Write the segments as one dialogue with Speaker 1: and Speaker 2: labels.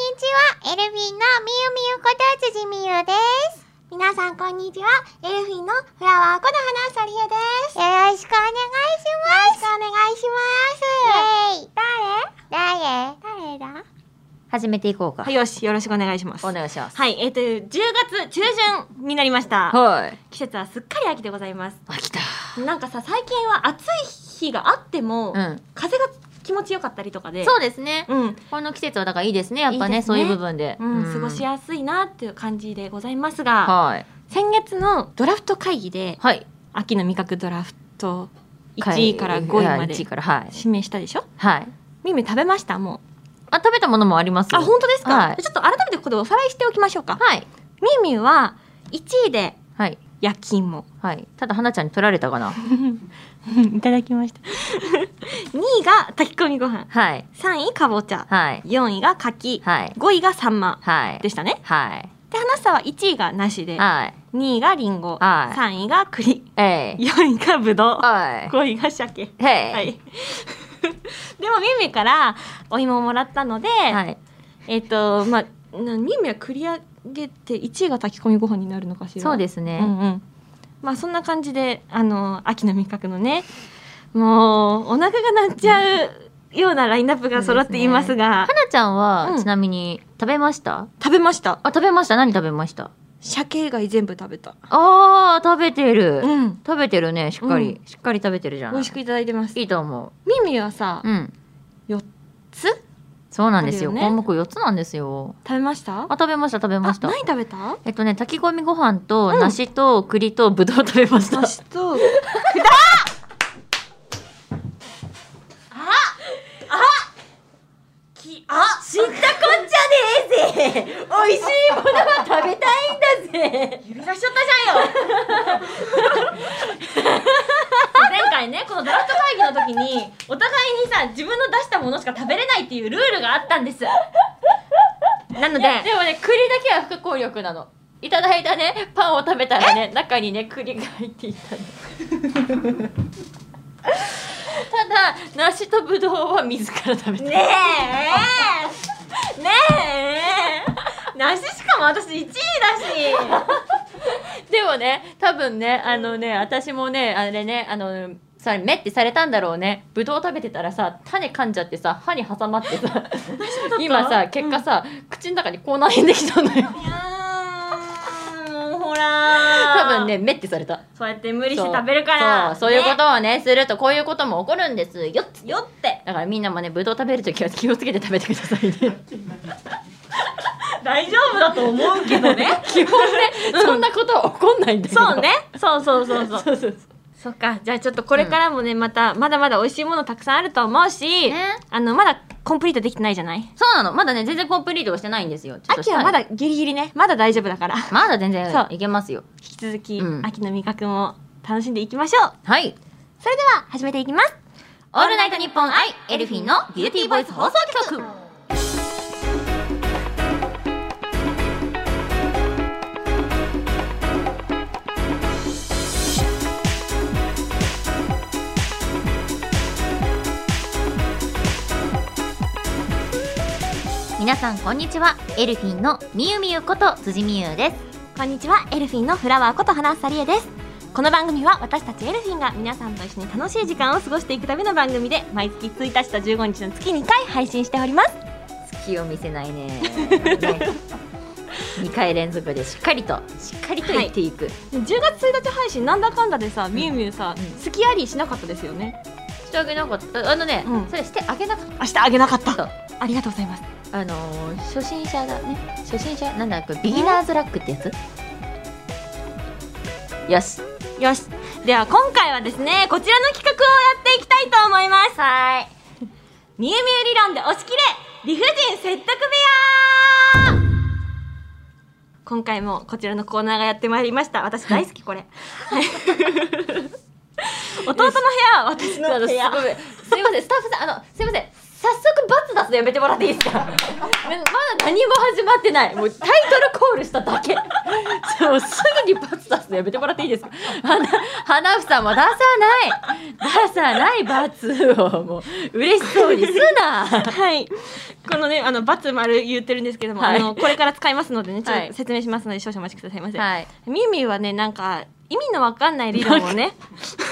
Speaker 1: エルフィンのみゆみゆこと辻みゆです。皆さんこんにちは。エルフィンのフラワーこと花さりえです。よろしくお願いします。よろしくお願いします。イエーイ。誰誰誰だ
Speaker 2: 始めていこうか。
Speaker 3: はい、よし、よろしくお願いします。
Speaker 2: お
Speaker 3: は
Speaker 2: 願いします。
Speaker 3: い、えっ、と、10月中旬になりました。
Speaker 2: はい。
Speaker 3: 季節はすっかり秋でございます。
Speaker 2: あ、来た。
Speaker 3: なんかさ、最近は暑い日があっても、
Speaker 2: うん。
Speaker 3: 風が気持ちよかったりとかで。
Speaker 2: そうですね。
Speaker 3: うん、
Speaker 2: この季節はだからいいですね。やっぱね、
Speaker 3: いいですね
Speaker 2: そういう部分で。
Speaker 3: うん、過ごしやすいなっていう感じでございますが、
Speaker 2: はい。
Speaker 3: 先月のドラフト会議で、
Speaker 2: はい。
Speaker 3: 秋の味覚ドラフト1
Speaker 2: 会
Speaker 3: 位から5位ま
Speaker 2: あ
Speaker 3: で
Speaker 2: 一位から、はい。
Speaker 3: 指名したでしょ
Speaker 2: はい。
Speaker 3: みみ食べましたも
Speaker 2: あ、食べたものもあります
Speaker 3: う。あ、本当ですか、
Speaker 2: はい
Speaker 3: ちょっと改めてここでおさらいしておきましょうか。
Speaker 2: はい。
Speaker 3: みみは1位で
Speaker 2: はい。
Speaker 3: 焼き芋。
Speaker 2: はい。ただ、花ちゃんに取られたかな。
Speaker 3: いただきました。2位が炊き込みご飯、
Speaker 2: はい。
Speaker 3: 3位かぼちゃ、
Speaker 2: はい。
Speaker 3: 4位が柿、
Speaker 2: はい。
Speaker 3: 5位がサンマ
Speaker 2: はい。
Speaker 3: でしたね。
Speaker 2: はい。
Speaker 3: で、花さは1位が梨で、
Speaker 2: はい。
Speaker 3: 2位がリンゴ、
Speaker 2: はい
Speaker 3: 3位が栗、
Speaker 2: えい。
Speaker 3: 4位がぶど
Speaker 2: は
Speaker 3: う、5位が鮭。
Speaker 2: い。へい。
Speaker 3: はい。 でもミミからお芋をもらったので、
Speaker 2: はい。
Speaker 3: えっ、とまあなミミは繰り上げて1位が炊き込みご飯になるのかしら。
Speaker 2: そうですすね。
Speaker 3: うんうん。まあそんな感じであの秋の味覚のねもうお腹が鳴っちゃうようなラインナップが揃っています
Speaker 2: 花
Speaker 3: が、
Speaker 2: ちゃんは、
Speaker 3: うん
Speaker 2: ちなみに、食べました
Speaker 3: 食べました
Speaker 2: あ、食べました。何食べました
Speaker 3: 鮭以外全部食べた
Speaker 2: あー、食べてる。
Speaker 3: うん
Speaker 2: 食べてるねしっかり、
Speaker 3: う
Speaker 2: しっかり食べてるじゃ
Speaker 3: 美
Speaker 2: ない
Speaker 3: 味しくいただいてます
Speaker 2: いいと思
Speaker 3: ミミはさ
Speaker 2: ううん
Speaker 3: 4つ食
Speaker 2: そうなんですよ
Speaker 3: あるよね
Speaker 2: 項目4つなんですよ
Speaker 3: べました
Speaker 2: あ食べました食べました
Speaker 3: あ何食 べた
Speaker 2: えっとね炊き込みご飯と
Speaker 3: うん
Speaker 2: 梨と栗とぶどう食べました、
Speaker 3: 私と
Speaker 2: きあ知ったこっちゃねえぜ美味しいものは食べたいんだぜ
Speaker 3: 指差しちゃったじゃんよ 前回ねこのドラフト会議の時にお互いにさ自分の出したものしか食べれないっていうルールがあったんですなので
Speaker 2: でもね栗だけは不効力なのいただいたねパンを食べたらね中にね栗が入っていたのただ梨とぶどうは自ら食べた
Speaker 3: ねえねえ梨しかも私1位だし
Speaker 2: でもね多分ねあのね私もねあれねあのさ目ってされたんだろうねぶどう食べてたらさ種噛んじゃってさ歯に挟まってさ今さ結果さ、口の中に口内炎できたのよ
Speaker 3: いやーもうほら
Speaker 2: 多
Speaker 3: ー
Speaker 2: 分ね目ってされた
Speaker 3: そうやって無理して食べるから
Speaker 2: そうそうそういうこ
Speaker 3: ね
Speaker 2: とをねするとこういうことも起こるんですよっ
Speaker 3: よって
Speaker 2: だからみんなもねぶどう食べるときは気をつけて食べてくださいね
Speaker 3: 大丈夫だと思うけどね
Speaker 2: 基本ね、そんなことは起こんないんだけど
Speaker 3: そうねそうそうそうそう
Speaker 2: そうそうそ
Speaker 3: そっかじゃあちょっとこれからもね、またまだまだ美味しいものたくさんあると思うし、
Speaker 2: うね
Speaker 3: あのまだコンプリートできてないじゃない
Speaker 2: そうなのまだね全然コンプリートはしてないんですよちょっとし
Speaker 3: 秋
Speaker 2: たい
Speaker 3: はまだギリギリねまだ大丈夫だから
Speaker 2: まだ全然
Speaker 3: そう
Speaker 2: いけますよ
Speaker 3: 引き続き、
Speaker 2: うん
Speaker 3: 秋の味覚も楽しんでいきましょう
Speaker 2: はい
Speaker 3: それでは始めていきます
Speaker 2: オールナイトニッポンアイエルフィンのビューティーボイス放送局皆さんこんにちはエルフィンのみゆみゆこと辻みゆです
Speaker 3: こんにちはエルフィンのフラワーこと花さりえですこの番組は私たちエルフィンが皆さんと一緒に楽しい時間を過ごしていくための番組で毎月1日と15日の月2回配信しております
Speaker 2: 隙を見せないねね2回連続でしっかりとしっかりと言っていく、
Speaker 3: 10月1日配信なんだかんだでさみゆみゆさ
Speaker 2: うん
Speaker 3: 好きありしなかったですよね
Speaker 2: してあげなかったあのね、
Speaker 3: うん
Speaker 2: それしてあげなかっ
Speaker 3: 明日あげなかった
Speaker 2: そう
Speaker 3: ありがとうございます
Speaker 2: あのー初心者がね初心者なんだこれビギナーズラックってやつよし
Speaker 3: よしでは今回はですねこちらの企画をやっていきたいと思いますはいみゆみゆ理論で押し切れ理不尽説得部屋今回もこちらのコーナーがやってまいりました私大好き これ弟の部屋は私
Speaker 2: あ
Speaker 3: の
Speaker 2: の
Speaker 3: 部
Speaker 2: す
Speaker 3: 屋
Speaker 2: ごめんすいませんスタッフさんあのすいません早速罰出すのやめてもらっていいですかまだ何も始まってないもうタイトルコールしただけ そうすぐに罰出すのやめてもらっていいですか花花房も出さない出さない罰をもう嬉しそうにすな
Speaker 3: はい。このね、あの、バツ丸言ってるんですけども、
Speaker 2: はい
Speaker 3: あの、これから使いますのでね、ちょっ
Speaker 2: は
Speaker 3: と
Speaker 2: い
Speaker 3: 説明しますので、少々お待ちくださいませ。
Speaker 2: はい
Speaker 3: ミュウミュウはね、なんか、意味のわかんない理論をね、
Speaker 2: は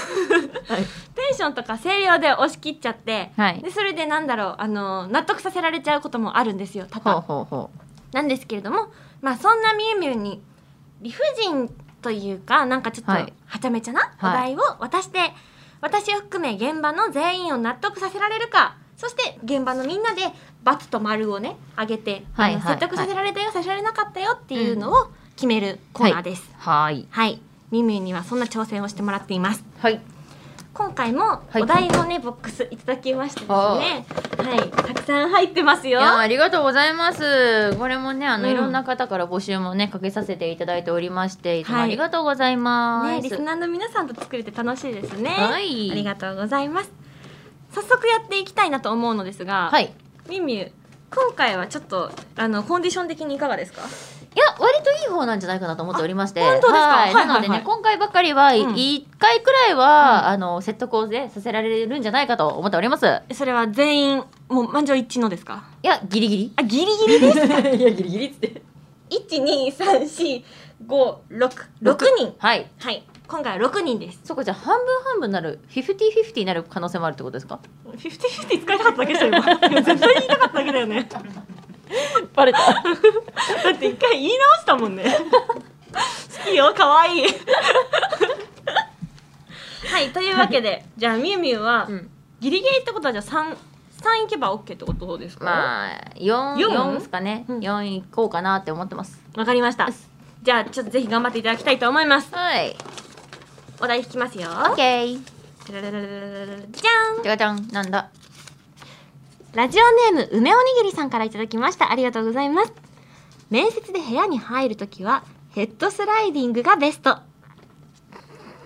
Speaker 2: い
Speaker 3: テンションとか声量で押し切っちゃって、
Speaker 2: はい
Speaker 3: でそれでなんだろうあの納得させられちゃうこともあるんですよ多
Speaker 2: ほう
Speaker 3: 々
Speaker 2: ほうほ
Speaker 3: なんですけれども、まあ、そんなみゆみゆに理不尽というかなんかちょっと
Speaker 2: はい
Speaker 3: はちゃめちゃなお
Speaker 2: は
Speaker 3: 題を渡して、私を含め現場の全員を納得させられるかそして現場のみんなで×と丸をね上げて、あの
Speaker 2: はいはい
Speaker 3: 説得させられたよ、させられなかったよっていうのを決めるコーナーです。
Speaker 2: うはい
Speaker 3: はい、みゆみゆにはそんな挑戦をしてもらっています。
Speaker 2: はい
Speaker 3: 今回も
Speaker 2: はい
Speaker 3: お題のね、ボックスいただきましてですね
Speaker 2: あ
Speaker 3: はいたくさん入ってます
Speaker 2: い
Speaker 3: よ
Speaker 2: やありがとうございますこれもねあの、
Speaker 3: うん
Speaker 2: いろんな方から募集もねかけさせていただいておりましていつも
Speaker 3: はい
Speaker 2: ありがとうございます、
Speaker 3: ねリスナーの皆さんと作れて楽しいですね
Speaker 2: はい
Speaker 3: ありがとうございます早速やっていきたいなと思うのですが、
Speaker 2: はいい
Speaker 3: みみゆ今回はちょっとあのコンディション的にいかがですか
Speaker 2: や割といい方なんじゃないかなと思っておりまして
Speaker 3: あ本当ですか
Speaker 2: はい
Speaker 3: はいはいはい
Speaker 2: なのでね今回ばかりは
Speaker 3: うん
Speaker 2: 一回くらいは、あの説得をねさせられるんじゃないかと思っております
Speaker 3: それは全員もう満場一致のですか
Speaker 2: いやギリギリ
Speaker 3: あギリギリです
Speaker 2: いやギリギリっつって
Speaker 3: 一二三四五六六人
Speaker 2: はい
Speaker 3: はい今回は六人です
Speaker 2: そこじゃあ半分半分になるフィフティフィフティになる可能性もあるってことですか
Speaker 3: フィフティフィフティ使いたかっただけじゃん今絶対言いたかっただけだよね
Speaker 2: バレた
Speaker 3: だって一回言い直したもんね好きよ可愛いはいというわけでじゃあみゆみゆは、
Speaker 2: うん
Speaker 3: ギリギリってことはじゃあ三三いけばオッケーってことですかわ、
Speaker 2: まあ四
Speaker 3: 四
Speaker 2: 四ですかね
Speaker 3: うん
Speaker 2: 四いこうかなって思ってます
Speaker 3: かりましたじゃあちょっとぜひ頑張っていただきたいと思います
Speaker 2: はい
Speaker 3: お題引きますよ
Speaker 2: オッケー
Speaker 3: じゃん
Speaker 2: じゃじゃんなんだ
Speaker 3: ラジオネーム梅おにぎりさんからいただきましたありがとうございます面接で部屋に入るときはヘッドスライディングがベスト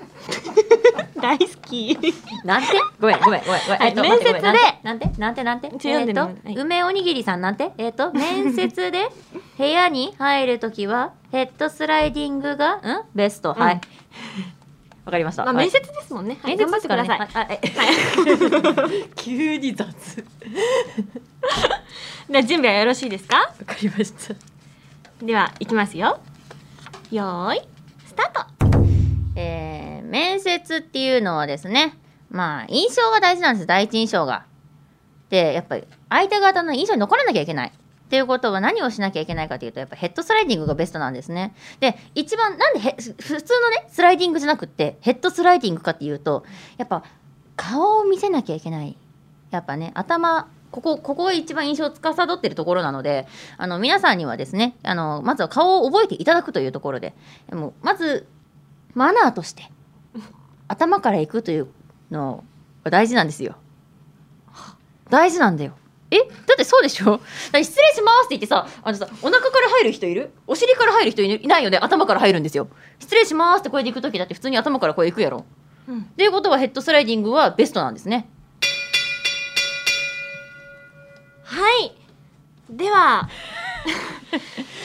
Speaker 3: 大好き
Speaker 2: なんてごめんごめんごめんごめん、
Speaker 3: はい
Speaker 2: えっと待って
Speaker 3: 面接で
Speaker 2: ごめんなんてなんてなんてなんて
Speaker 3: ちょっと読ん
Speaker 2: え
Speaker 3: でみ
Speaker 2: っ
Speaker 3: ますはい
Speaker 2: と梅おにぎりさんなんてえっ と面接で部屋に入るときはヘッドスライディングがんベスト、は
Speaker 3: うん
Speaker 2: いわかりました、
Speaker 3: まあ、
Speaker 2: はい
Speaker 3: 面接ですもんね。はい、
Speaker 2: 面
Speaker 3: 頑
Speaker 2: 接
Speaker 3: 張
Speaker 2: で
Speaker 3: って
Speaker 2: す
Speaker 3: く
Speaker 2: から
Speaker 3: だ
Speaker 2: ね
Speaker 3: さい。
Speaker 2: はい急に雑
Speaker 3: では準備はよろしいですか。
Speaker 2: わかりました
Speaker 3: では、いきますよ。よーい、スタート。
Speaker 2: えー面接っていうのはですねまあ印象が大事なんです第一印象が。でやっぱり相手方の印象に残らなきゃいけない。っていうことは何をしなきゃいけないかというとやっぱヘッドスライディングがベストなんですね。で一番なんでへ普通のねスライディングじゃなくってヘッドスライディングかっていうとやっぱ顔を見せなきゃいけない。やっぱね頭ここここが一番印象を司っているところなのであの皆さんにはですねあのまずは顔を覚えていただくというところでもうまずマナーとして頭から行くというのが大事なんですよ大事なんだよえだってそうでしょだって失礼しますって言ってさあのさお腹から入る人いるお尻から入る人いるいないよね頭から入るんですよ失礼しますって声で行く時だって普通に頭から声で行くやろ
Speaker 3: うん、
Speaker 2: ということはヘッドスライディングはベストなんですね
Speaker 3: はい。では。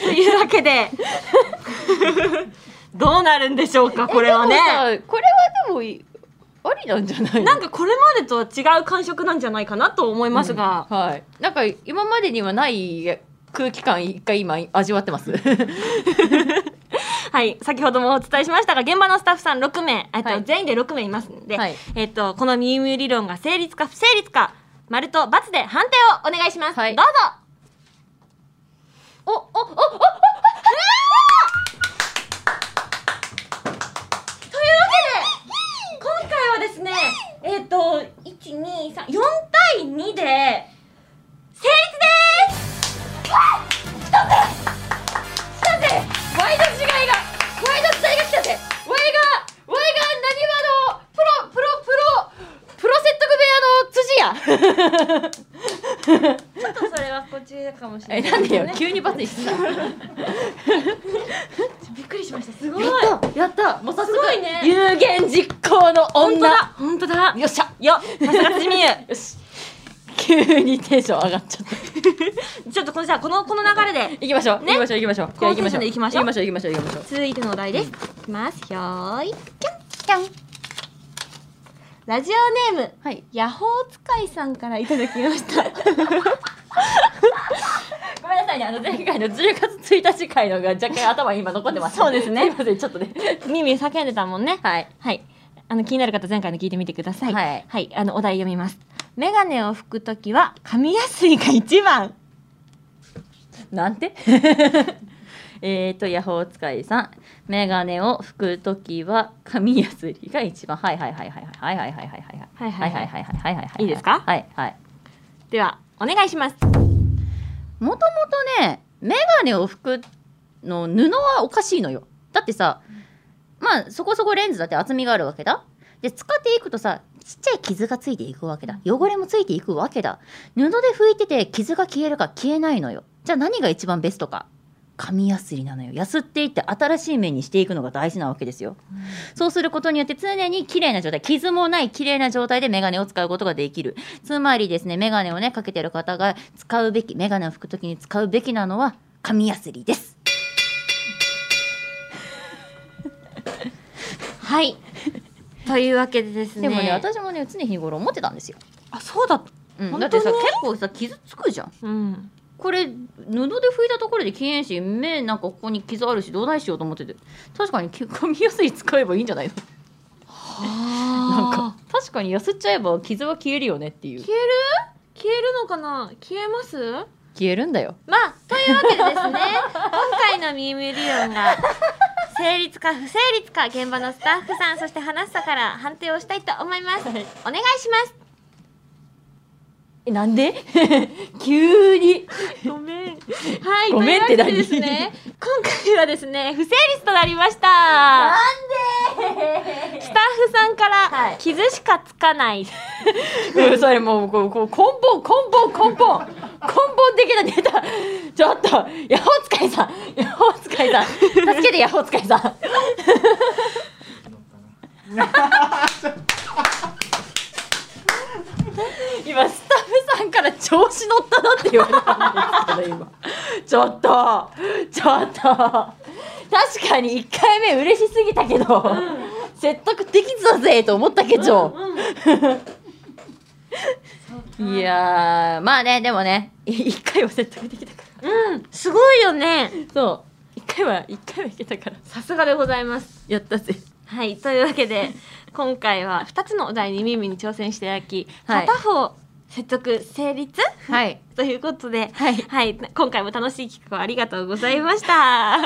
Speaker 3: というわけ で。どうなるんでしょうか、これはね。
Speaker 2: えでもさこれはでもいありなんじゃないの
Speaker 3: なんかこれまでとは違う感触なんじゃないかなと思いますが、
Speaker 2: うんはいなんか今までにはない空気感一回今味わって ます
Speaker 3: はい先ほどもお伝えしましたが現場のスタッフさん6名、えっと
Speaker 2: はい
Speaker 3: 全員で6名いますので、
Speaker 2: はい
Speaker 3: えっとこのみゆみゆ理論が成立か不成立か丸と×で判定をお願いします、
Speaker 2: はい
Speaker 3: どうぞ
Speaker 2: おおおお
Speaker 3: というわけで今回はですねえっ、と1234対2で成立です
Speaker 2: 来たぜワイド違いがワイド時代が来たぜワイがワイが何話のプロプロプロプロ説得部屋の辻や
Speaker 3: ちょっとそれはこっちかもし
Speaker 2: え
Speaker 3: れない
Speaker 2: なんでよ
Speaker 3: ね
Speaker 2: 急にバツにしてた
Speaker 3: びっくりしましたすごい
Speaker 2: やったやったもう早
Speaker 3: す
Speaker 2: 速
Speaker 3: ごいね
Speaker 2: 有言実行の
Speaker 3: 本当
Speaker 2: 女
Speaker 3: だ本当だ
Speaker 2: よっしゃ
Speaker 3: よさすが辻みゆ
Speaker 2: よし急にテンション上がっちゃっ
Speaker 3: ちょっとこのじゃあこのこの流れで
Speaker 2: 行きましょう、
Speaker 3: ね
Speaker 2: 行きましょう行きましょう
Speaker 3: こうテンションで行きましょ
Speaker 2: 行
Speaker 3: う
Speaker 2: きましょう行きましょう行きましょう
Speaker 3: 続いてのお題です。いきます。よーい。
Speaker 1: キャン
Speaker 3: ラジオネーム、
Speaker 2: はい
Speaker 3: ヤホー使いさんからいただきました。
Speaker 2: ごめんなさいねあの前回の10月1日回のが若干頭に今残ってます
Speaker 3: そうですね
Speaker 2: すいませんちょっとね
Speaker 3: ミミ叫んでたもんね。
Speaker 2: はい
Speaker 3: はい。あの気になる方前回の聞いてみてください。
Speaker 2: はい
Speaker 3: あのお題読みます。メガネを拭くときは紙やすいが一番。
Speaker 2: なんて えーとヤホー使いさんメガネを拭くときは紙やすりが一番はいはいはいはいはいはいはいはい
Speaker 3: は
Speaker 2: はいはいはい
Speaker 3: い
Speaker 2: はいはいはいはい
Speaker 3: いいですか
Speaker 2: はいはい
Speaker 3: ではお願いします。
Speaker 2: もともとねメガネを拭くの布はおかしいのよだってさまあそこそこレンズだって厚みがあるわけだで使っていくとさちっちゃい傷がついていくわけだ汚れもついていくわけだ布で拭いてて傷が消えるか消えないのよじゃあ何が一番ベストか紙やすりなのよやすっていって新しい面にしていくのが大事なわけですよ、そうすることによって常に綺麗な状態傷もない綺麗な状態でメガネを使うことができるつまりですねメガネをねかけてる方が使うべきメガネを拭くときに使うべきなのは紙やすりです
Speaker 3: はい。というわけでですね。
Speaker 2: でもね私もね常日頃思ってたんですよ、
Speaker 3: あそうだった。
Speaker 2: うん、だ
Speaker 3: 本
Speaker 2: って
Speaker 3: 当に
Speaker 2: さ結構さ傷つくじゃん
Speaker 3: うん。
Speaker 2: これ布で拭いたところで消えんし目なんかここに傷あるしどうないしようと思ってて確かにき紙やすり使えばいいんじゃないのなん
Speaker 3: は
Speaker 2: か確かにやすっちゃえば傷は消えるよねっていう
Speaker 3: 消える？消えるのかな？消えます？
Speaker 2: 消えるんだよ
Speaker 3: まあというわけ でですね今回の「ミーム理論」が成立か不成立か現場のスタッフさんそして話したから判定をしたいと思います、
Speaker 2: はい
Speaker 3: お願いします
Speaker 2: えなんで 急に
Speaker 3: ごめんはい
Speaker 2: ごめんって
Speaker 3: と
Speaker 2: 何
Speaker 3: いうわけでですね今回はですね不成立となりましたスタッフさんから、
Speaker 2: はい
Speaker 3: 傷しかつかない
Speaker 2: うん、それもうこうこう根本根本根本根本的なネタちょっとヤホー使いさんヤホー使いさん助けてヤホー使いさん今スタッフさんから調子乗ったなって言われたんですけど今ちょっとちょっと確かに1回目嬉しすぎたけど、説得できずだぜと思ったけど、いやーまあねでもねい 一回は説得できたから
Speaker 3: うんすごいよね
Speaker 2: そう一回は一回はいけたから
Speaker 3: さすがでございます
Speaker 2: やったぜ
Speaker 3: はいというわけで今回は2つのお題にミーミーに挑戦していただき、
Speaker 2: はい
Speaker 3: 片方説得成立
Speaker 2: はい
Speaker 3: ということで、
Speaker 2: はい
Speaker 3: はい、今回も楽しい企画をありがとうござい ました。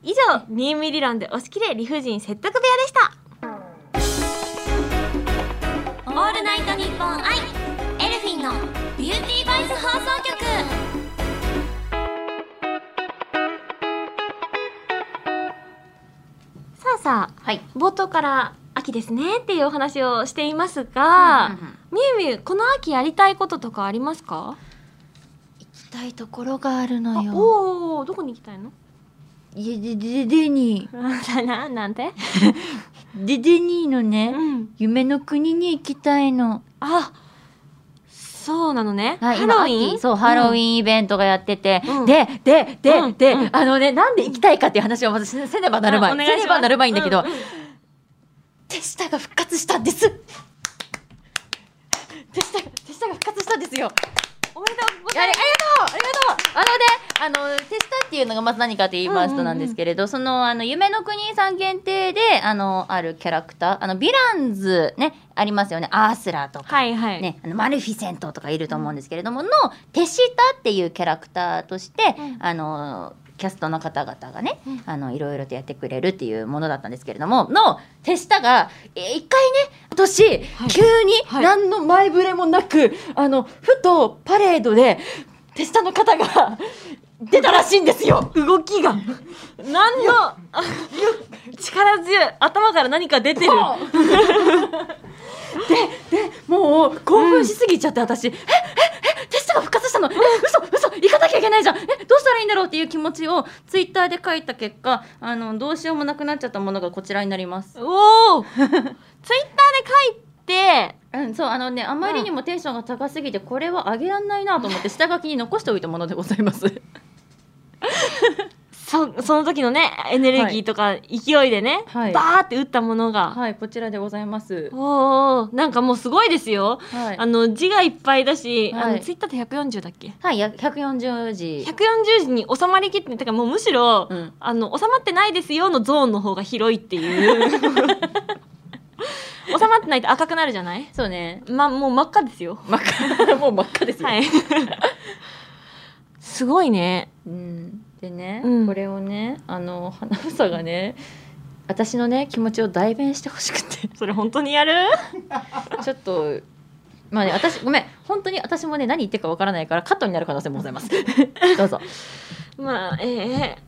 Speaker 3: 以上、ミーミ理論で押し切れ理不尽説得部屋でした。オールナイトニッポンアイエルフィンのビューティーバイス放送局。さあさあ、
Speaker 2: はい
Speaker 3: 冒頭から秋ですねっていうお話をしていますが、
Speaker 2: うんうんうん
Speaker 3: みゆみゆこの秋やりたいこととかありますか
Speaker 2: 行きたいところがある
Speaker 3: あ
Speaker 2: のよ
Speaker 3: おーどこに行きたい の
Speaker 2: いやででデニ
Speaker 3: だななんて
Speaker 2: ーでデニーのね、
Speaker 3: ん
Speaker 2: 夢の国に行きたいの
Speaker 3: あそうなのね、
Speaker 2: はい
Speaker 3: ハ
Speaker 2: 今
Speaker 3: ロウィン
Speaker 2: 秋そうハロウィ
Speaker 3: ン、
Speaker 2: ンイベントがやってて、
Speaker 3: うん
Speaker 2: ででで、
Speaker 3: うん
Speaker 2: で、
Speaker 3: うん
Speaker 2: あのねなんで行きたいかっていう話をまずせせねばなるまい
Speaker 3: あお願いし
Speaker 2: せね
Speaker 3: ます
Speaker 2: ばなるまいんだけど、
Speaker 3: うんうん
Speaker 2: 手下が復活したんです手下が手下が復活したんですよ
Speaker 3: おめでとうご
Speaker 2: あ
Speaker 3: ざい
Speaker 2: れあり
Speaker 3: ます
Speaker 2: がとうありがとうあのねあの手下っていうのがまず何かと言いますとなんですけれど、そのあの夢の国さん限定であのあるキャラクターあのヴィランズねありますよねアースラとか、
Speaker 3: はいはい、
Speaker 2: ね、あのマルフィセントとかいると思うんですけれども、の手下っていうキャラクターとして、
Speaker 3: うん
Speaker 2: あのキャストの方々がね、
Speaker 3: うん
Speaker 2: あのいろいろとやってくれるっていうものだったんですけれどもの手下がえー一回ね今年、
Speaker 3: い
Speaker 2: 急に
Speaker 3: はい
Speaker 2: 何の前触れもなく、あのふとパレードで手下の方が出たらしいんですよ。
Speaker 3: 動きが何のあ力強い頭から何か出てる
Speaker 2: ででもう興奮しすぎちゃって私、えええテストが復活したのえ嘘嘘行かなきゃいけないじゃんえどうしたらいいんだろうっていう気持ちをツイッターで書いた結果あのどうしようもなくなっちゃったものがこちらになります
Speaker 3: おおツイッターで書いて
Speaker 2: えうん、そうあのねあまりにもテンションが高すぎてこれは上げらんないなと思って下書きに残しておいたものでございます
Speaker 3: そその時のねエネルギーとか勢いでね、
Speaker 2: はい
Speaker 3: バーって打ったものが、
Speaker 2: はいこちらでございます
Speaker 3: おーおーなんかもうすごいですよ、
Speaker 2: はい
Speaker 3: あの字がいっぱいだし、
Speaker 2: はい
Speaker 3: あのツイッターで140だっけ
Speaker 2: はいや140字
Speaker 3: 140字に収まりきっててかもうむしろ、
Speaker 2: うん
Speaker 3: あの収まってないですよのゾーンの方が広いっていう 収まってないと赤くなるじゃない
Speaker 2: そうね
Speaker 3: まもう真っ赤ですよ
Speaker 2: 真っ赤 もう真っ赤ですよ、
Speaker 3: はいすごいね
Speaker 2: うん、でね、
Speaker 3: うん
Speaker 2: これをねあの花房がね私のね気持ちを代弁してほしく て
Speaker 3: それ本当にやる
Speaker 2: ちょっとまあね私ごめん本当に私もね何言ってるかわからないからカットになる可能性もございます どうぞ
Speaker 3: まあええ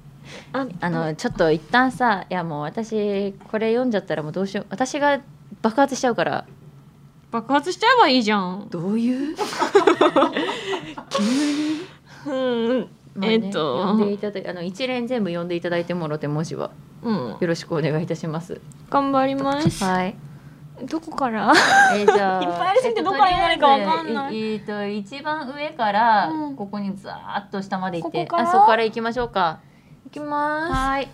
Speaker 3: あ
Speaker 2: あのちょっと一旦さいやもう私これ読んじゃったらもうどうしよう私が爆発しちゃうから
Speaker 3: 爆発しちゃえばいいじゃん
Speaker 2: どういう、
Speaker 3: うん
Speaker 2: まあね
Speaker 3: えっと
Speaker 2: 読んでいただいあの一連全部読んでいただいてもろて文字は
Speaker 3: うん
Speaker 2: よろしくお願いいたします
Speaker 3: 頑張ります
Speaker 2: はい
Speaker 3: どこから
Speaker 2: えーじゃあ
Speaker 3: いっぱいありすぎてどこから読んだらいいかわかんない
Speaker 2: えっとえーと一番上から
Speaker 3: うん
Speaker 2: ここにザーっと下まで行って、
Speaker 3: ここから
Speaker 2: あそこから行きましょうか
Speaker 3: いきま
Speaker 2: はい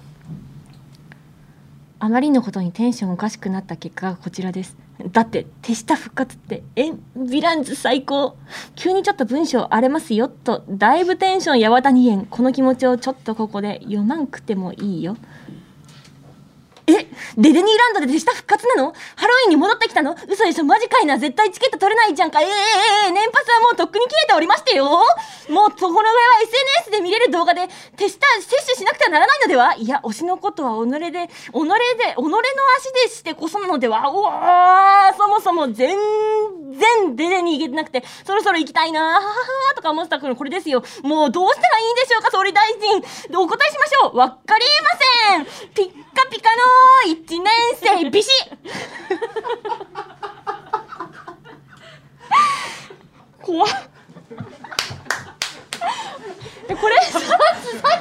Speaker 3: あまりのことにテンションおかしくなった結果がこちらですだって手下復活ってえヴィランズ最高急にちょっと文章荒れますよとだいぶテンションやわたにえんこの気持ちをちょっとここで読まんくてもいいよえデデニーランドで手下復活なのハロウィンに戻ってきたの嘘でしょマジかいな絶対チケット取れないじゃんかええええええ年パスはもうとっくに切れておりましてよもうそこの上は SNS で見れる動画で手下摂取しなくてはならないのではいや推しのことは己で己で己の足でしてこそなのではうわーそもそも全然デデニー行けてなくてそろそろ行きたいなはははとか思ってた頃これですよもうどうしたらいいんでしょうか総理大臣お答えしましょうわかりませんピッカピカの一年生ビシ 怖っでこれさ
Speaker 2: さ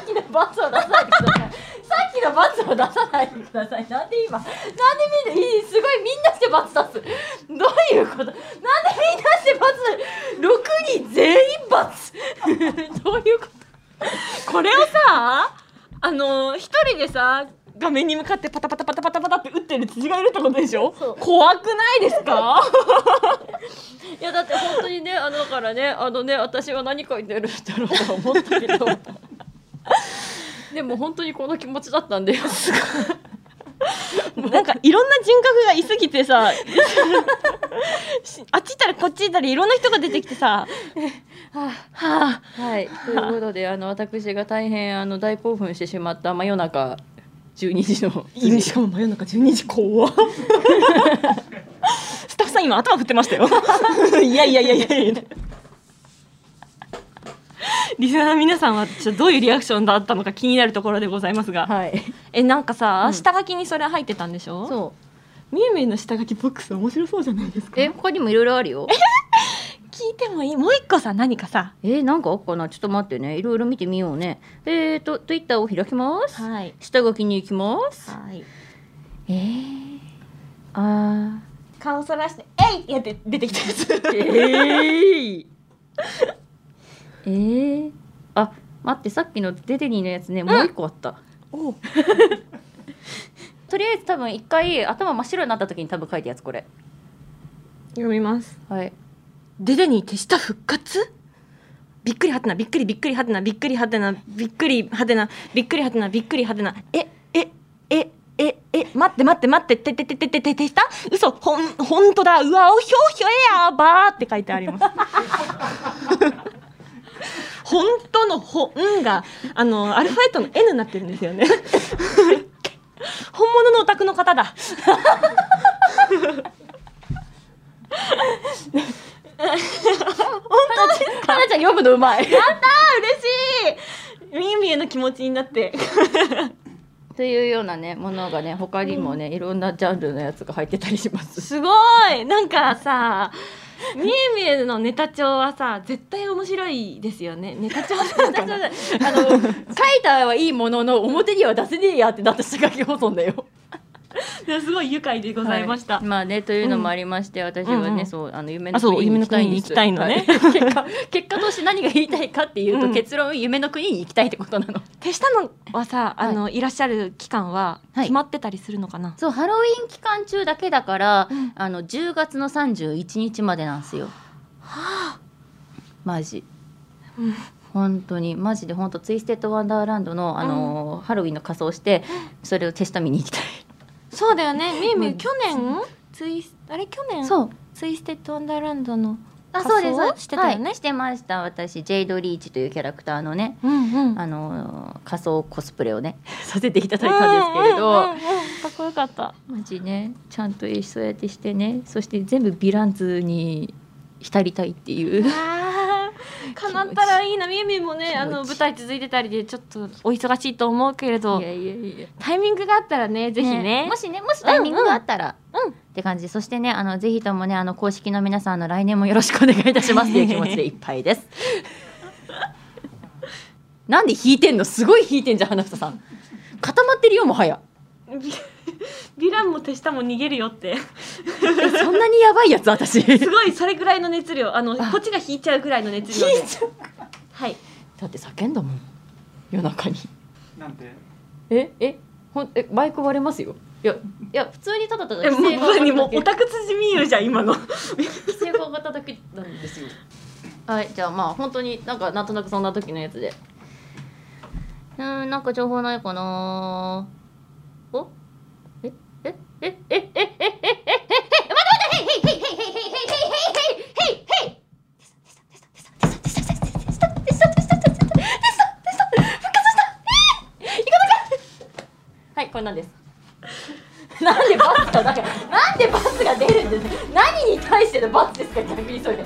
Speaker 2: っきの罰を出さないでくださいさっきの罰を出さないでくださいなんで今なんでみんないいすごいみんなして罰出すどういうことなんでみんなして罰6人全員罰どういうこと
Speaker 3: これをさあの一人でさ画面に向かってパタパタパタパタパタって打ってる辻がいるってことでしょ
Speaker 2: そう
Speaker 3: 怖くないですか
Speaker 2: いやだって本当にねあのだからねあのね私は何書いてるんだろうとは思ったけ どでも本当にこの気持ちだったんでそ
Speaker 3: なんかいろんな人格がいすぎ てさしあっち行ったらこっち行ったらいろんな人が出てきてさはあ、はあ、
Speaker 2: はいということであの私が大変あの大興奮してしまった真夜中12時の
Speaker 3: いいしかも真夜中12時怖っ スタッフさん今頭振ってましたよいやいやいやいやいやリスナーの皆さんはちょっとどういうリアクションだったのか気になるところでございますが、
Speaker 2: はい
Speaker 3: えなんかさ、
Speaker 2: うん
Speaker 3: 下書きにそれ入ってたんでしょ
Speaker 2: そう
Speaker 3: みゆみゆの下書きボックス面白そうじゃないですか
Speaker 2: え他にもいろいろあるよ
Speaker 3: 聞いてもいいもう一個さ何かさ
Speaker 2: えなんかあっかなちょっと待ってねいろいろ見てみようねえーと Twitter を開きます
Speaker 3: はい
Speaker 2: 下書きに行きます
Speaker 3: はい
Speaker 2: えー、あ
Speaker 3: 顔そらして「えい!」ってやって出てきたやつ
Speaker 2: ーえー えー、あ待ってさっきのデデニーのやつねもう一個あった、
Speaker 3: おう
Speaker 2: とりあえず多分一回頭真っ白になった時に多分書いたやつこれ
Speaker 3: 読みます
Speaker 2: はい
Speaker 3: デデに手下復活びっくりはてなびっくりびっくりはてなびっくりはてなびっくりはてなびっくりはてなびっくりはてなえええええ待って待って待っててててててて手下嘘ほんほんとだうわおひょひょえやばーって書いてあります本当の「ほん」があのアルファベットの「N」になってるんですよね本物のお宅の方だ
Speaker 2: かなちゃん読むのうま い
Speaker 3: 嬉しいみゆみゆの気持ちになって
Speaker 2: というようなねものがね他にもねいろんなジャンルのやつが入ってたりします
Speaker 3: すごいなんかさみえみえのネタ帳はさ絶対面白いですよねネタ帳なんか な
Speaker 2: あの書いたはいいものの表には出せねえやってなった仕掛け保存だよ
Speaker 3: やすごい愉快でございました。
Speaker 2: まあねというのもありまして、私はね、
Speaker 3: うんうん
Speaker 2: そうあの夢
Speaker 3: あ
Speaker 2: の
Speaker 3: そう
Speaker 2: 国に行きたいんです
Speaker 3: 夢の国に行き
Speaker 2: はい結果結果として何が言いたいかっていうと、
Speaker 3: うん
Speaker 2: 結論夢の国に行きたいってことなの。
Speaker 3: 手下のはさ、あの、い、らっしゃる期間は
Speaker 2: はい
Speaker 3: 決まってたりするのかな。
Speaker 2: そうハロウィン期間中だけだから、
Speaker 3: うん
Speaker 2: あの10月の31日までなんですよ。マジ。
Speaker 3: うん
Speaker 2: 本当にマジで本当ツイステッドワンダーランドのあのー、ハロウィンの仮装してそれを手下見に行きたい。
Speaker 3: そうだよね、みゆみゆ
Speaker 2: うん
Speaker 3: 去年。ツイス、あれ去年。
Speaker 2: そう。
Speaker 3: ツイステッドワンダーランドの。
Speaker 2: あ
Speaker 3: 仮装
Speaker 2: そうです。
Speaker 3: してたよね
Speaker 2: はいしてました私ジェイドリーチというキャラクターのね。
Speaker 3: うんうん。
Speaker 2: あのー仮装コスプレをね させていただいたんですけれど、
Speaker 3: うんうんうんうんかっこよかった。
Speaker 2: マジねちゃんとそうやってしてねそして全部ヴィランズに浸りたいっていう
Speaker 3: あー叶ったらいいなみゆみゆもねあ
Speaker 2: 気
Speaker 3: の
Speaker 2: 持ち
Speaker 3: 舞台続いてたりでちょっとお忙しいと思うけれど
Speaker 2: いやいやいや
Speaker 3: タイミングがあったらねぜひね
Speaker 2: もしねもしタイミングがあったら、
Speaker 3: うんうんう
Speaker 2: っ
Speaker 3: ん
Speaker 2: て感じそしてねあのぜひともねあの公式の皆さんあの来年もよろしくお願いいたしますという気持ちでいっぱいです なんで引いてんのすごい引いてんじゃん花房さん固まってるよもはや
Speaker 3: ヴィランも手下も逃げるよって
Speaker 2: えそんなにやばいやつ私
Speaker 3: すごいそれぐらいの熱量あの
Speaker 2: あ
Speaker 3: こっちが引いちゃうぐらいの熱量ではい
Speaker 2: だって叫んだもん夜中に
Speaker 4: なんて
Speaker 2: ええほんえバイク割れますよいやいや普通にただただ
Speaker 3: えもう
Speaker 2: 規制が
Speaker 3: 何もうオ
Speaker 2: 上がっただ
Speaker 3: タク辻みゆじゃん今の
Speaker 2: け規制が上がっただけなんですよはいじゃあまあ本当になんかなんとなくそんな時のやつでうーんなんか情報ないかなおえええええええええええええええはい、こんなんです。なんでバツが、なんか、なんでバツが出るんです。何に対してのバツですか、逆にそれ。な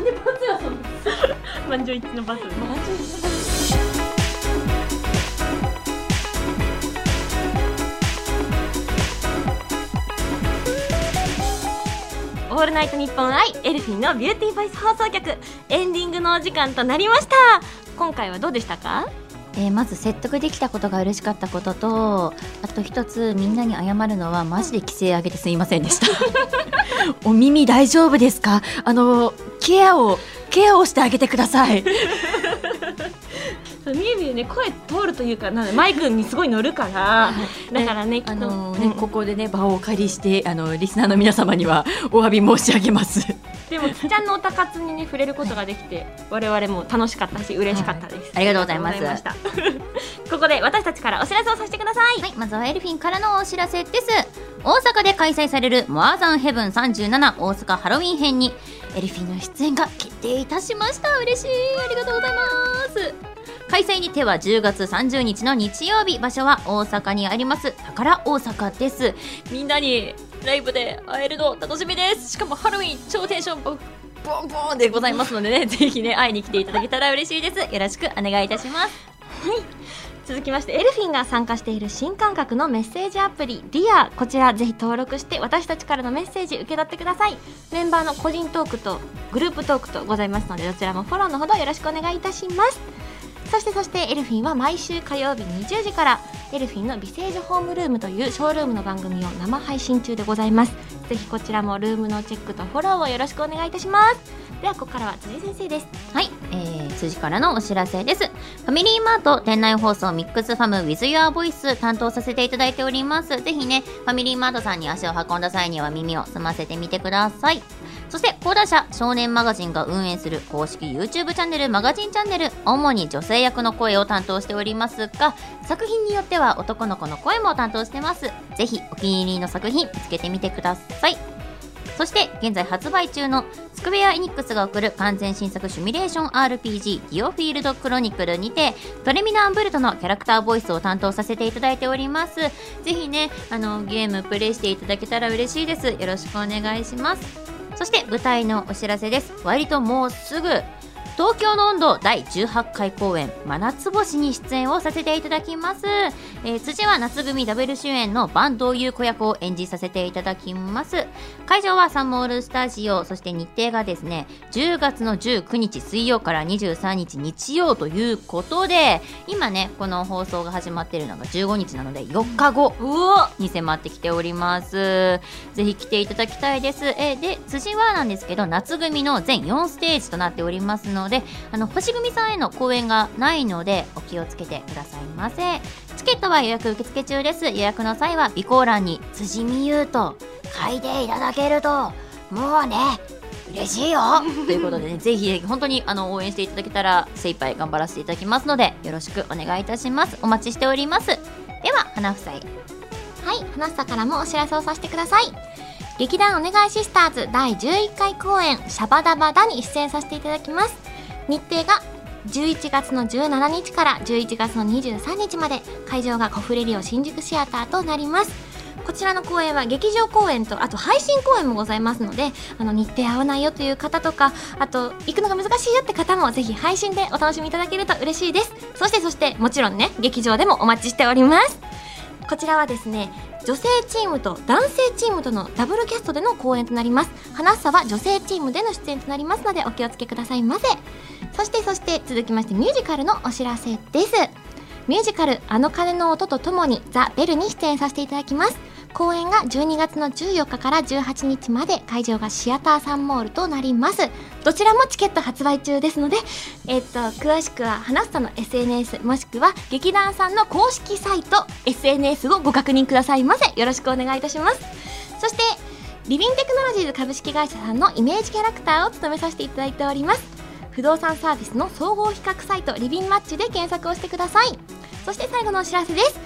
Speaker 2: んでバツがその。
Speaker 3: 満場一致のバトルオールナイトニッポンアイエルフィンのビューティーボイス放送局エンディングのお時間となりました今回はどうでしたか
Speaker 2: えーまず説得できたことが嬉しかったこととあと一つみんなに謝るのはマジで規制上げてすいませんでした お耳大丈夫ですかあのケアをケアをしてあげてくださ い
Speaker 3: そうみゆみゆね声通るというかなんだマイクにすごい乗るから だからねきっと
Speaker 2: あのね、
Speaker 3: うん
Speaker 2: ここでね場をお借りしてあのリスナーの皆様にはお詫び申し上げます
Speaker 3: でもつっちゃんのおたかつにね触れることができて我々も楽しかったし嬉しかったです、
Speaker 2: はいありがとうございます
Speaker 3: ありがとうございました ここで私たちからお知らせをさせてください
Speaker 2: はい、まずはエルフィンからのお知らせです。大阪で開催されるモアザンヘブン37大阪ハロウィン編にエルフィンの出演が決定いたしました。嬉しい。ありがとうございます。開催日程は10月30日の日曜日。場所は大阪にあります宝大阪です。みんなにライブで会えるの楽しみです。しかもハロウィン超テンションボンボンボンでございますのでね、ぜひね、会いに来ていただけたら嬉しいです。よろしくお願いいたします。
Speaker 3: 続きましてエルフィンが参加している新感覚のメッセージアプリ Dear こちらぜひ登録して私たちからのメッセージ受け取ってくださいメンバーの個人トークとグループトークとございますのでどちらもフォローのほどよろしくお願いいたしますそしてそしてエルフィンは毎週火曜日20時からエルフィンの美声女ホームルームというショールームの番組を生配信中でございますぜひこちらもルームのチェックとフォローをよろしくお願いいたしますではここからは辻先生です
Speaker 2: はい、えー、辻からのお知らせです。ファミリーマート店内放送ミックスファム with your voice 担当させていただいております。ぜひね、ファミリーマートさんに足を運んだ際には耳を澄ませてみてください。そして、講談社少年マガジンが運営する公式 YouTube チャンネルマガジンチャンネル、主に女性役の声を担当しておりますが、作品によっては男の子の声も担当してます。ぜひ、お気に入りの作品見つけてみてください。そして現在発売中のスクウェア・エニックスが送る完全新作シミュレーション RPG「ディオフィールド・クロニクル」にてトレミナ・アンブルトのキャラクターボイスを担当させていただいておりますぜひねあのゲームプレイしていただけたら嬉しいですよろしくお願いしますそして舞台のお知らせです割ともうすぐ東京の温度第18回公演「真夏星」に出演をさせていただきます、えー辻は夏組ダブル主演の坂東優子役を演じさせていただきます会場はサンモールスタジオそして日程がですね10月の19日水曜から23日日曜ということで今ねこの放送が始まっているのが15日なので4日後に迫ってきておりますぜひ来ていただきたいですえーで辻はなんですけど夏組の全4ステージとなっておりますのであの星組さんへの公演がないのでお気をつけてくださいませチケットは予約受付中です予約の際は備考欄に辻美優と書いていただけるともうね嬉しいよということでねぜひぜひ本当にあの応援していただけたら精一杯頑張らせていただきますのでよろしくお願いいたしますお待ちしておりますでは花夫妻
Speaker 1: はい、花房からもお知らせをさせてください。劇団お願いシスターズ第11回公演、シャバダバダに出演させていただきます。日程が11月の17日から11月の23日まで、会場がコフレリオ新宿シアターとなります。こちらの公演は劇場公演とあと配信公演もございますのであの日程合わないよという方とかあと行くのが難しいよって方もぜひ配信でお楽しみいただけると嬉しいですそしてそしてもちろんね劇場でもお待ちしておりますこちらはですね女性チームと男性チームとのダブルキャストでの公演となります花房は女性チームでの出演となりますのでお気をつけくださいませそしてそして続きましてミュージカルのお知らせですミュージカル「あの鐘の音」とともに「ザ・ベル」に出演させていただきます公演が12月の14日から18日まで会場がシアターサンモールとなりますどちらもチケット発売中ですのでえっと詳しくは花房の SNS もしくは劇団さんの公式サイト SNS をご確認くださいませよろしくお願いいたしますそしてリビンテクノロジーズ株式会社さんのイメージキャラクターを務めさせていただいております不動産サービスの総合比較サイトリビンマッチで検索をしてくださいそして最後のお知らせです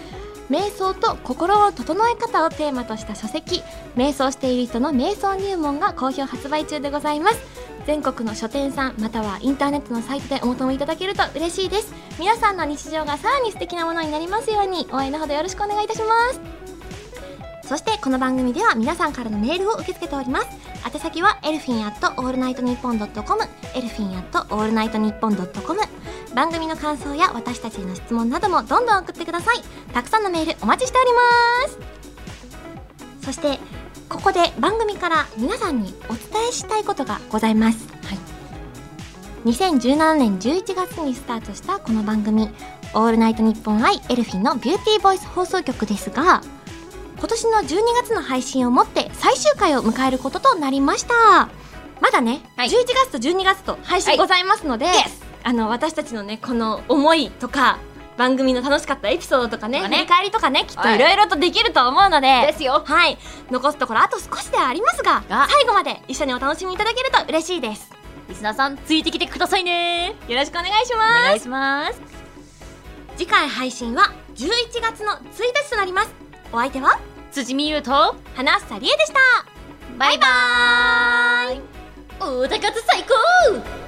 Speaker 1: 瞑想と心の整え方をテーマとした書籍瞑想している人の瞑想入門が好評発売中でございます全国の書店さんまたはインターネットのサイトでお求めいただけると嬉しいです皆さんの日常がさらに素敵なものになりますように応援のほどよろしくお願いいたしますそしてこの番組では皆さんからのメールを受け付けております宛先はエルフィンアットオールナイトニッポンドットコムエルフィンアットオールナイトニッポンドットコム番組の感想や私たちへの質問などもどんどん送ってくださいたくさんのメールお待ちしておりますそしてここで番組から皆さんにお伝えしたいことがございます、はい、2017年11月にスタートしたこの番組「オールナイトニッポンアイエルフィンのビューティーボイス放送局ですが今年の12月の配信をもって最終回を迎えることとなりましたまだね、
Speaker 2: はい
Speaker 1: 11月と12月と配
Speaker 2: は
Speaker 1: 信
Speaker 2: い
Speaker 1: ございますので、あの私たちのねこの思いとか番組の楽しかったエピソードとかね
Speaker 2: とかね
Speaker 1: 振り返りとかねきっと
Speaker 3: はい
Speaker 1: いろいろとできると思うので、
Speaker 3: ですよ
Speaker 1: はい、残すところあと少しではありますが
Speaker 2: が
Speaker 1: 最後まで一緒にお楽しみいただけると嬉しいです
Speaker 2: リスナーさんついてきてくださいね
Speaker 1: よろしくお願いし
Speaker 2: お
Speaker 1: ます
Speaker 2: 願いします
Speaker 1: 次回配信は11月の1日となりますお相手は
Speaker 2: 辻美優と
Speaker 1: 花房理恵でした
Speaker 2: バイバーイお高津最高